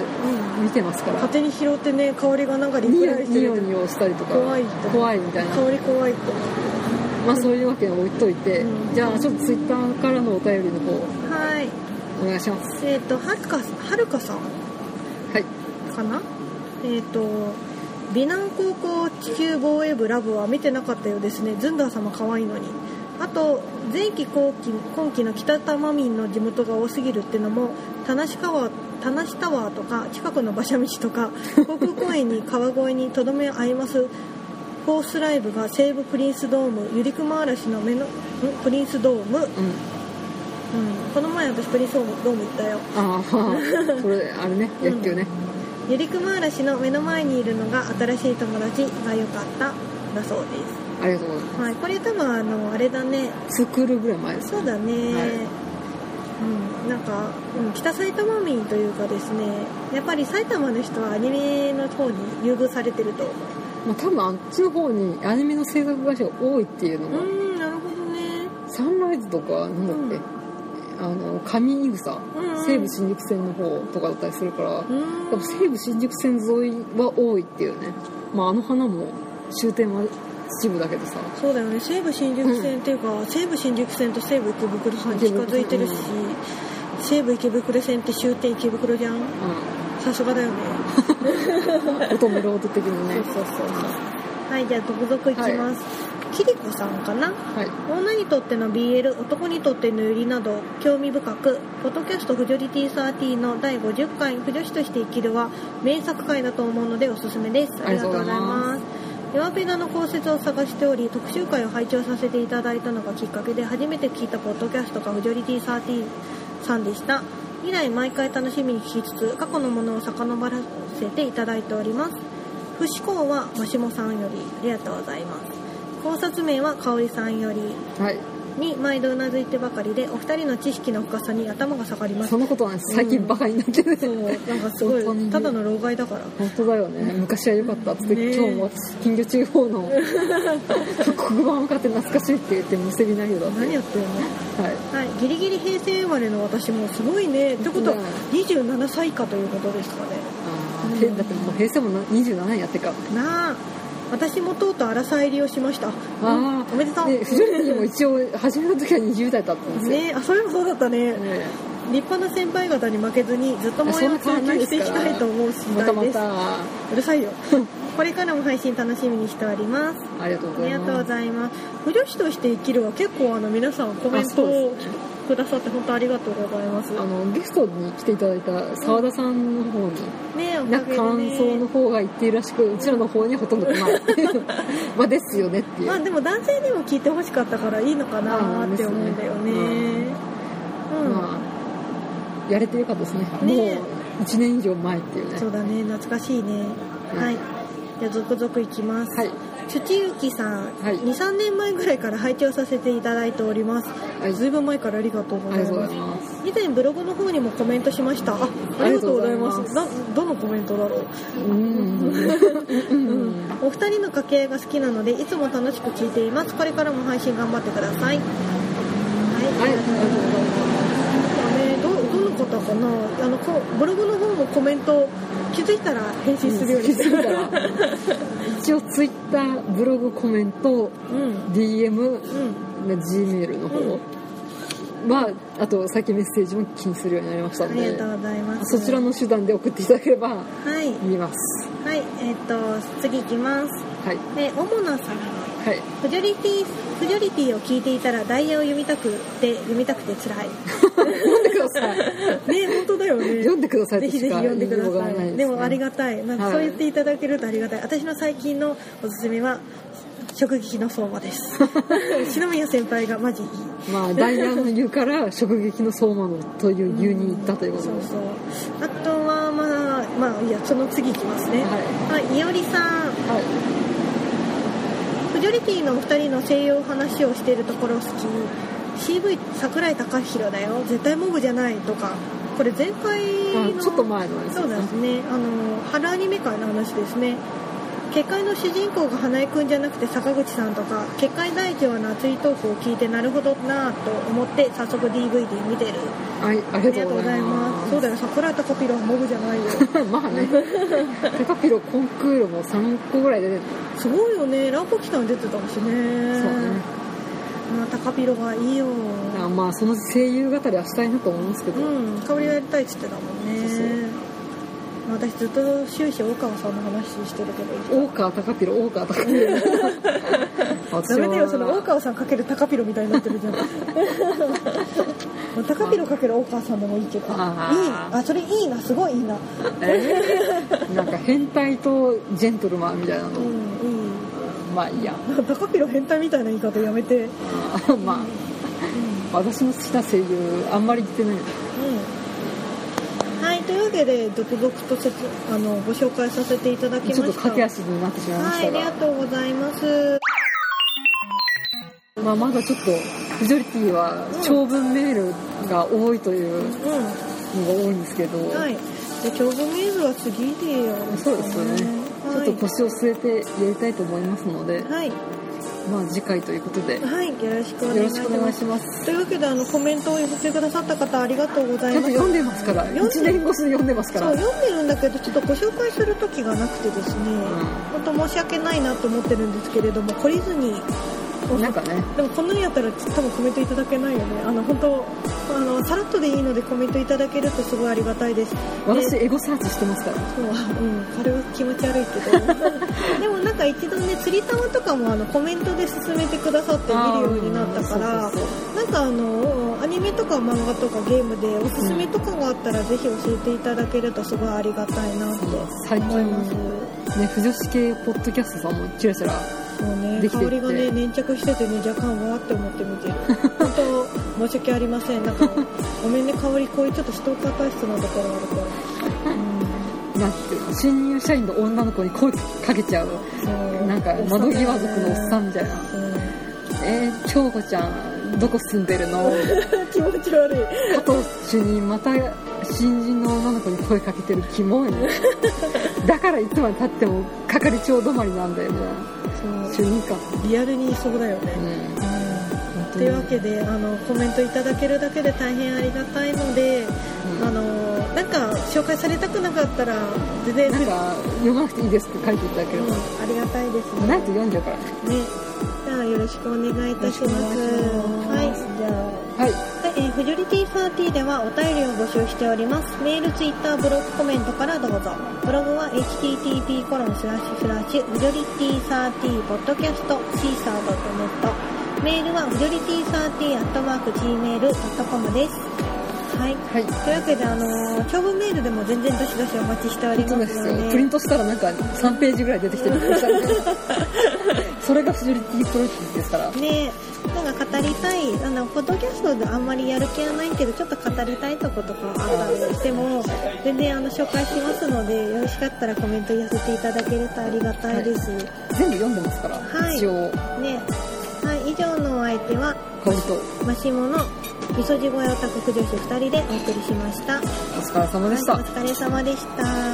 Speaker 2: 見てますから
Speaker 1: 勝手に拾ってね香りがなんかリ
Speaker 2: ニ
Speaker 1: プ
Speaker 2: ヤ
Speaker 1: ライして
Speaker 2: ニ
Speaker 1: る
Speaker 2: ヤニヤしたりとか
Speaker 1: 怖いって
Speaker 2: 怖いみたいな
Speaker 1: 香り怖いって
Speaker 2: まあそういうわけに置いといて、
Speaker 1: うん
Speaker 2: じゃあちょっとツイッターからのお便りの方
Speaker 1: はい
Speaker 2: お願いします
Speaker 1: えっ、とはるかはるかさん
Speaker 2: はい
Speaker 1: かなえっ、と美南高校地球防衛部ラブは見てなかったようですねずんだー様可愛いのにあと前期後期今期の北多摩民の地元が多すぎるってのも田無川田無タワーとか近くの馬車道とか 航空公園に川越にとどめ合いますフォースライブが西武プリンスドームゆりくま嵐の目のんプリンスドーム
Speaker 2: うん
Speaker 1: うんこの前私プリンスドームドーム行ったよ
Speaker 2: ああ これあれね
Speaker 1: うん
Speaker 2: 野球ね、
Speaker 1: ゆりくま嵐の目の前にいるのが新しい友達が良かっただそうで、
Speaker 2: ありがとうございます
Speaker 1: はい、これ多分あのあれだね
Speaker 2: すツークールぐらい前です
Speaker 1: そうだね、
Speaker 2: はい
Speaker 1: うん、なんか、うん、北埼玉民というかですねやっぱり埼玉の人はアニメの方に優遇されてると思
Speaker 2: まあ、多分あっちの方にアニメの制作会社が多いっていうの
Speaker 1: う
Speaker 2: が、
Speaker 1: うんなるほどね
Speaker 2: サンライズとかなんだっけ、
Speaker 1: うん
Speaker 2: あの上井草、
Speaker 1: うんうん
Speaker 2: 西武新宿線の方とかだったりするから、
Speaker 1: う
Speaker 2: 多分
Speaker 1: ん
Speaker 2: 西武新宿線沿いは多いっていうね、まあ、あの花も終点は秩父だけどさ
Speaker 1: そうだよね西武新宿線っていうか、西武新宿線と西武池袋線近づいてるし、
Speaker 2: う
Speaker 1: 西武池袋線って終点池袋じゃんさすがだよね
Speaker 2: 乙女ロード的
Speaker 1: そ
Speaker 2: に
Speaker 1: う
Speaker 2: ね
Speaker 1: そうそうはいじゃあ続々いきます、キリコさんかな
Speaker 2: はい
Speaker 1: 女にとっての BL 男にとってのゆりなど興味深くポッドキャスト「フジョリティサーティの第50回「不女子として生きる」は名作回だと思うのでおすすめですありがとうござい
Speaker 2: あ
Speaker 1: ます弱ペダの公設を探しており特集会を拝聴させていただいたのがきっかけで初めて聞いたポッドキャストが「フジョリティサーティさんでした以来毎回楽しみに聞きつつ過去のものを遡らせていただいております不思考はマシモさんよりありがとうございます考察名は香織さんより
Speaker 2: はい
Speaker 1: に毎度うなずいてばかりでお二人の知識の深さに頭が下がります
Speaker 2: そんなことはないです最近バカになってる、
Speaker 1: そうなんかすご
Speaker 2: 本当に
Speaker 1: い
Speaker 2: ね
Speaker 1: ただの老害だから
Speaker 2: 本当だよね昔は良かったっつっ
Speaker 1: ね
Speaker 2: て、
Speaker 1: え
Speaker 2: 今日も金魚中央の黒板向かって懐かしいって言ってむせび内容だった
Speaker 1: 何やってるの
Speaker 2: はい
Speaker 1: はいギリギリ平成生まれの私もすごいねってことは
Speaker 2: ね
Speaker 1: 27歳以下ということですかね
Speaker 2: あ
Speaker 1: うん
Speaker 2: ー、だってもう平成もな27年やってか
Speaker 1: なあ私もとうとう荒さ入りをしました
Speaker 2: あ
Speaker 1: おめでとう
Speaker 2: でフジョリティも一応始めた時は20代だったんですよ、
Speaker 1: ねあそれもそうだったね
Speaker 2: ね
Speaker 1: 立派な先輩方に負けずにずっと模様を追求していきたいと思う次
Speaker 2: また
Speaker 1: 第
Speaker 2: ま
Speaker 1: です
Speaker 2: た
Speaker 1: うるさいよ これからも配信楽しみにしております
Speaker 2: ありがとう
Speaker 1: あ
Speaker 2: ご
Speaker 1: り
Speaker 2: ざい
Speaker 1: がとう
Speaker 2: ま
Speaker 1: ご
Speaker 2: す
Speaker 1: ざいます。不女子として生きるは結構あの皆さんコメントをくださって本当ありがとうございます。
Speaker 2: あのゲストに来ていただいた澤田さんの方に、
Speaker 1: ねおか
Speaker 2: なんか
Speaker 1: げで、ね、
Speaker 2: 感想の方が言っているらしくうちらの方にはほとんど来ない まあですよねっていう、
Speaker 1: まあでも男性にも聞いてほしかったからいいのかなーって思うんだよね。
Speaker 2: あー
Speaker 1: うん、
Speaker 2: まあやれてよかったですね
Speaker 1: ね
Speaker 2: もう1年以上前っていうね
Speaker 1: そうだね懐かしいね。
Speaker 2: うん
Speaker 1: はい。じゃあ続々いきます。
Speaker 2: はい
Speaker 1: 土ゆきさん、
Speaker 2: はい
Speaker 1: 23年前ぐらいから拝聴させていただいております。
Speaker 2: はい
Speaker 1: ずいぶん前からありがとうご
Speaker 2: あ
Speaker 1: ざ
Speaker 2: り
Speaker 1: い
Speaker 2: がとうご
Speaker 1: ま
Speaker 2: ざ
Speaker 1: す
Speaker 2: い。ます
Speaker 1: 以前ブログの方にもコメントしました。あ、ありがとうございます。
Speaker 2: ありがとうござ
Speaker 1: などのコメントだろう。
Speaker 2: うん
Speaker 1: うんお二人の掛け合いが好きなのでいつも楽しく聞いていますこれからも配信頑張ってくださいはい、
Speaker 2: はいありがとうございます
Speaker 1: あれどどの方かなあのこブログの方もコメント気づいたら返信するようにしてる
Speaker 2: うん気づ一応ツイッターブログコメント
Speaker 1: うん
Speaker 2: DM
Speaker 1: うん
Speaker 2: ね G メールの方、
Speaker 1: うん
Speaker 2: まああとさっきメッセージも気にするようになりました
Speaker 1: あ
Speaker 2: の
Speaker 1: り
Speaker 2: で
Speaker 1: がとうございます
Speaker 2: そちらの手段で送っていただければ
Speaker 1: はい
Speaker 2: 見ます
Speaker 1: はいえっ、と次いきます
Speaker 2: はい
Speaker 1: えー、おもなさん
Speaker 2: はい
Speaker 1: フジョリティフジョリティを聞いていたらダイヤを読みたくて読みたくて辛 い
Speaker 2: 読んでく ださい
Speaker 1: ね本当だよ ね
Speaker 2: 読んでください
Speaker 1: ぜ
Speaker 2: と
Speaker 1: ひ
Speaker 2: し
Speaker 1: ぜひ
Speaker 2: か
Speaker 1: 読んでくだ
Speaker 2: 言いよ
Speaker 1: さ
Speaker 2: うが
Speaker 1: い。
Speaker 2: な
Speaker 1: で
Speaker 2: ですね
Speaker 1: もありがたい。なんか
Speaker 2: はい
Speaker 1: そう言っていただけるとありがたい。私の最近のおすすめは食撃の相馬 です。篠宮先輩がマジいい。
Speaker 2: まあダイヤの湯から食撃の相馬のという湯に行ったということ
Speaker 1: そう
Speaker 2: です、
Speaker 1: そう。あとはまあまあいやその次いきますね。
Speaker 2: はい
Speaker 1: はい。いおりさん、
Speaker 2: はい
Speaker 1: フジョリティのお二人の西洋話をしているところ好き。CV 桜井貴弘だよ。絶対モブじゃないとか。これ前回の
Speaker 2: あちょっと前のやつ
Speaker 1: そうですね。あの春アニメ界の話ですね。結界の主人公が花江くんじゃなくて坂口さんとか結界第一話の熱いトークを聞いてなるほどなぁと思って早速 DVD 見てる
Speaker 2: はいあ
Speaker 1: あ
Speaker 2: り
Speaker 1: りが
Speaker 2: が
Speaker 1: と
Speaker 2: と
Speaker 1: う
Speaker 2: うご
Speaker 1: ご
Speaker 2: ざ
Speaker 1: ざ
Speaker 2: い
Speaker 1: い
Speaker 2: ま
Speaker 1: ますすそうだよ桜高ピロはモブじゃないよ
Speaker 2: まあ ね、タカピロコンクールも3個ぐらい出てる、
Speaker 1: すごいよねランコキさん出てたもんしね
Speaker 2: そうね。
Speaker 1: まあ高ピロがいいよ
Speaker 2: だからまあその声優語りはしたいなと思うんですけど、
Speaker 1: うん香りがやりたいっつってたもんね
Speaker 2: そうそう
Speaker 1: まあ私ずっと終始大川さんの話してるけど
Speaker 2: 大川タカピロ、大川タカ ピロ。私
Speaker 1: ダ
Speaker 2: は
Speaker 1: メだよその大川さんかける高ピロみたいになってるじゃん もう高ピロかける大川さんでもいいけどいい
Speaker 2: あー
Speaker 1: あそれいいなすごいいいな
Speaker 2: えーなんか変態とジェントルマンみたいな
Speaker 1: う
Speaker 2: の、
Speaker 1: んいい
Speaker 2: まあいいや。
Speaker 1: 高ピロ変態みたいな言い方やめてうん
Speaker 2: あ まあ、私の好きな声優、あんまり言ってない。
Speaker 1: はいというわけで続々とせつあのご紹介させていただきまし
Speaker 2: ち
Speaker 1: た
Speaker 2: ょっと駆け足になってしまいまし
Speaker 1: はいあ
Speaker 2: た
Speaker 1: りが
Speaker 2: が、
Speaker 1: とうございます
Speaker 2: まあまだちょっと、フジョリティは長文メールが多いという
Speaker 1: うん
Speaker 2: のが多いんですけど、
Speaker 1: はい。で、長文メールは次でやる
Speaker 2: そうですよね。ちょっと腰を据えてやりたいと思いますので、
Speaker 1: はい。
Speaker 2: まあ次回ということで、よ
Speaker 1: はい。よろしくお願
Speaker 2: ろ
Speaker 1: い
Speaker 2: し
Speaker 1: し
Speaker 2: くお願
Speaker 1: ま
Speaker 2: い
Speaker 1: す。
Speaker 2: します。
Speaker 1: というわけで、あの、コメントを寄せてくださった方、ありがとうござ
Speaker 2: ちゃ
Speaker 1: い
Speaker 2: んと
Speaker 1: ます。
Speaker 2: 読んでますから、1
Speaker 1: 読んで
Speaker 2: 年越しに読んでますか
Speaker 1: そ
Speaker 2: ら。
Speaker 1: う、読んでるんだけど、ちょっとご紹介する時がなくてですね、本当申し訳ないなと思ってるんですけれども、懲りずに、
Speaker 2: うんなんかね、
Speaker 1: でもこんなにやったら多分コメントいただけないよね。あの、本当あのさらっとでいいのでコメントいただけるとすごいありがたいです
Speaker 2: 私
Speaker 1: で
Speaker 2: エゴサーチしてますから
Speaker 1: そううん、あれは気持ち悪いけど でもなんか一度ね釣り玉とかもあのコメントで進めてくださって見るようになったから
Speaker 2: あーそうそう
Speaker 1: な
Speaker 2: そう
Speaker 1: んかあのアニメとか漫画とかゲームでおすすめとかがあったら、ぜひ教えていただけるとすごいありがたいなって
Speaker 2: 最
Speaker 1: 思い
Speaker 2: 近
Speaker 1: ます。
Speaker 2: ね不女子系ポッドキャストさんもちらちら
Speaker 1: そうね、
Speaker 2: できて
Speaker 1: 香
Speaker 2: って
Speaker 1: りがね粘着しててね若干わーって思って見 てる本当申し訳ありませんなんかごめんね香りこういうちょっとストーカー体質なところあるから、
Speaker 2: なんていうの新入社員の女の子に声かけちゃう
Speaker 1: うんそう
Speaker 2: なんか窓際族のおっさんみたいな
Speaker 1: う
Speaker 2: 「えー、京子ちゃんどこ住んでるの?
Speaker 1: ん気持ち悪い」
Speaker 2: 加藤主任また新人の女の子に声かけてるキモいだからいつまでたっても係長止まりなんだよね主任か
Speaker 1: リアルにいそうだよね、
Speaker 2: うん本
Speaker 1: と
Speaker 2: 当に
Speaker 1: いうわけであのコメントいただけるだけで大変ありがたいので、
Speaker 2: うん
Speaker 1: あのなんか紹介されたくなかったら全然
Speaker 2: なんか読まなくていいですって書いていただけ
Speaker 1: う
Speaker 2: れ
Speaker 1: ん、
Speaker 2: ば、
Speaker 1: ありがたいですね
Speaker 2: ないと読んじゃうから
Speaker 1: ねじゃあよろしくお願いいたします
Speaker 2: よろしくお願いします
Speaker 1: はいじゃあ
Speaker 2: は
Speaker 1: は
Speaker 2: い
Speaker 1: い、えー、フジョリティサーティではお便りを募集しております。メール、ツイッター、ブログ、コメントからどうぞ。ブログは http コロンスラッシュスラッシュ、フジョリティサーティー、ポッドキャスト、シーサー .net。メールはフジョリティサーティー、アットマーク、gmail.com です。はい。
Speaker 2: はい
Speaker 1: というわけで、あのー長文メールでも全然どしどしお待ちしておりま
Speaker 2: そうですす
Speaker 1: の
Speaker 2: よ
Speaker 1: で。
Speaker 2: プリントしたらなんか3ページぐらい出てきてびっくりしたねそれがフジュリティプロジェクトですから
Speaker 1: ねなんか語りたいあのポッドキャストであんまりやる気はないけどちょっと語りたいとことかあったりしても全然あの紹介しますのでよろしかったらコメント寄せていただけるとありがたいです、
Speaker 2: 全部読んでますから、
Speaker 1: はい
Speaker 2: 一応
Speaker 1: ねはい以上のお相手は
Speaker 2: ポイント
Speaker 1: マシモの味噌地声オタク女子2人でお送りしました
Speaker 2: お疲れ様でした、
Speaker 1: はいお疲れ様でした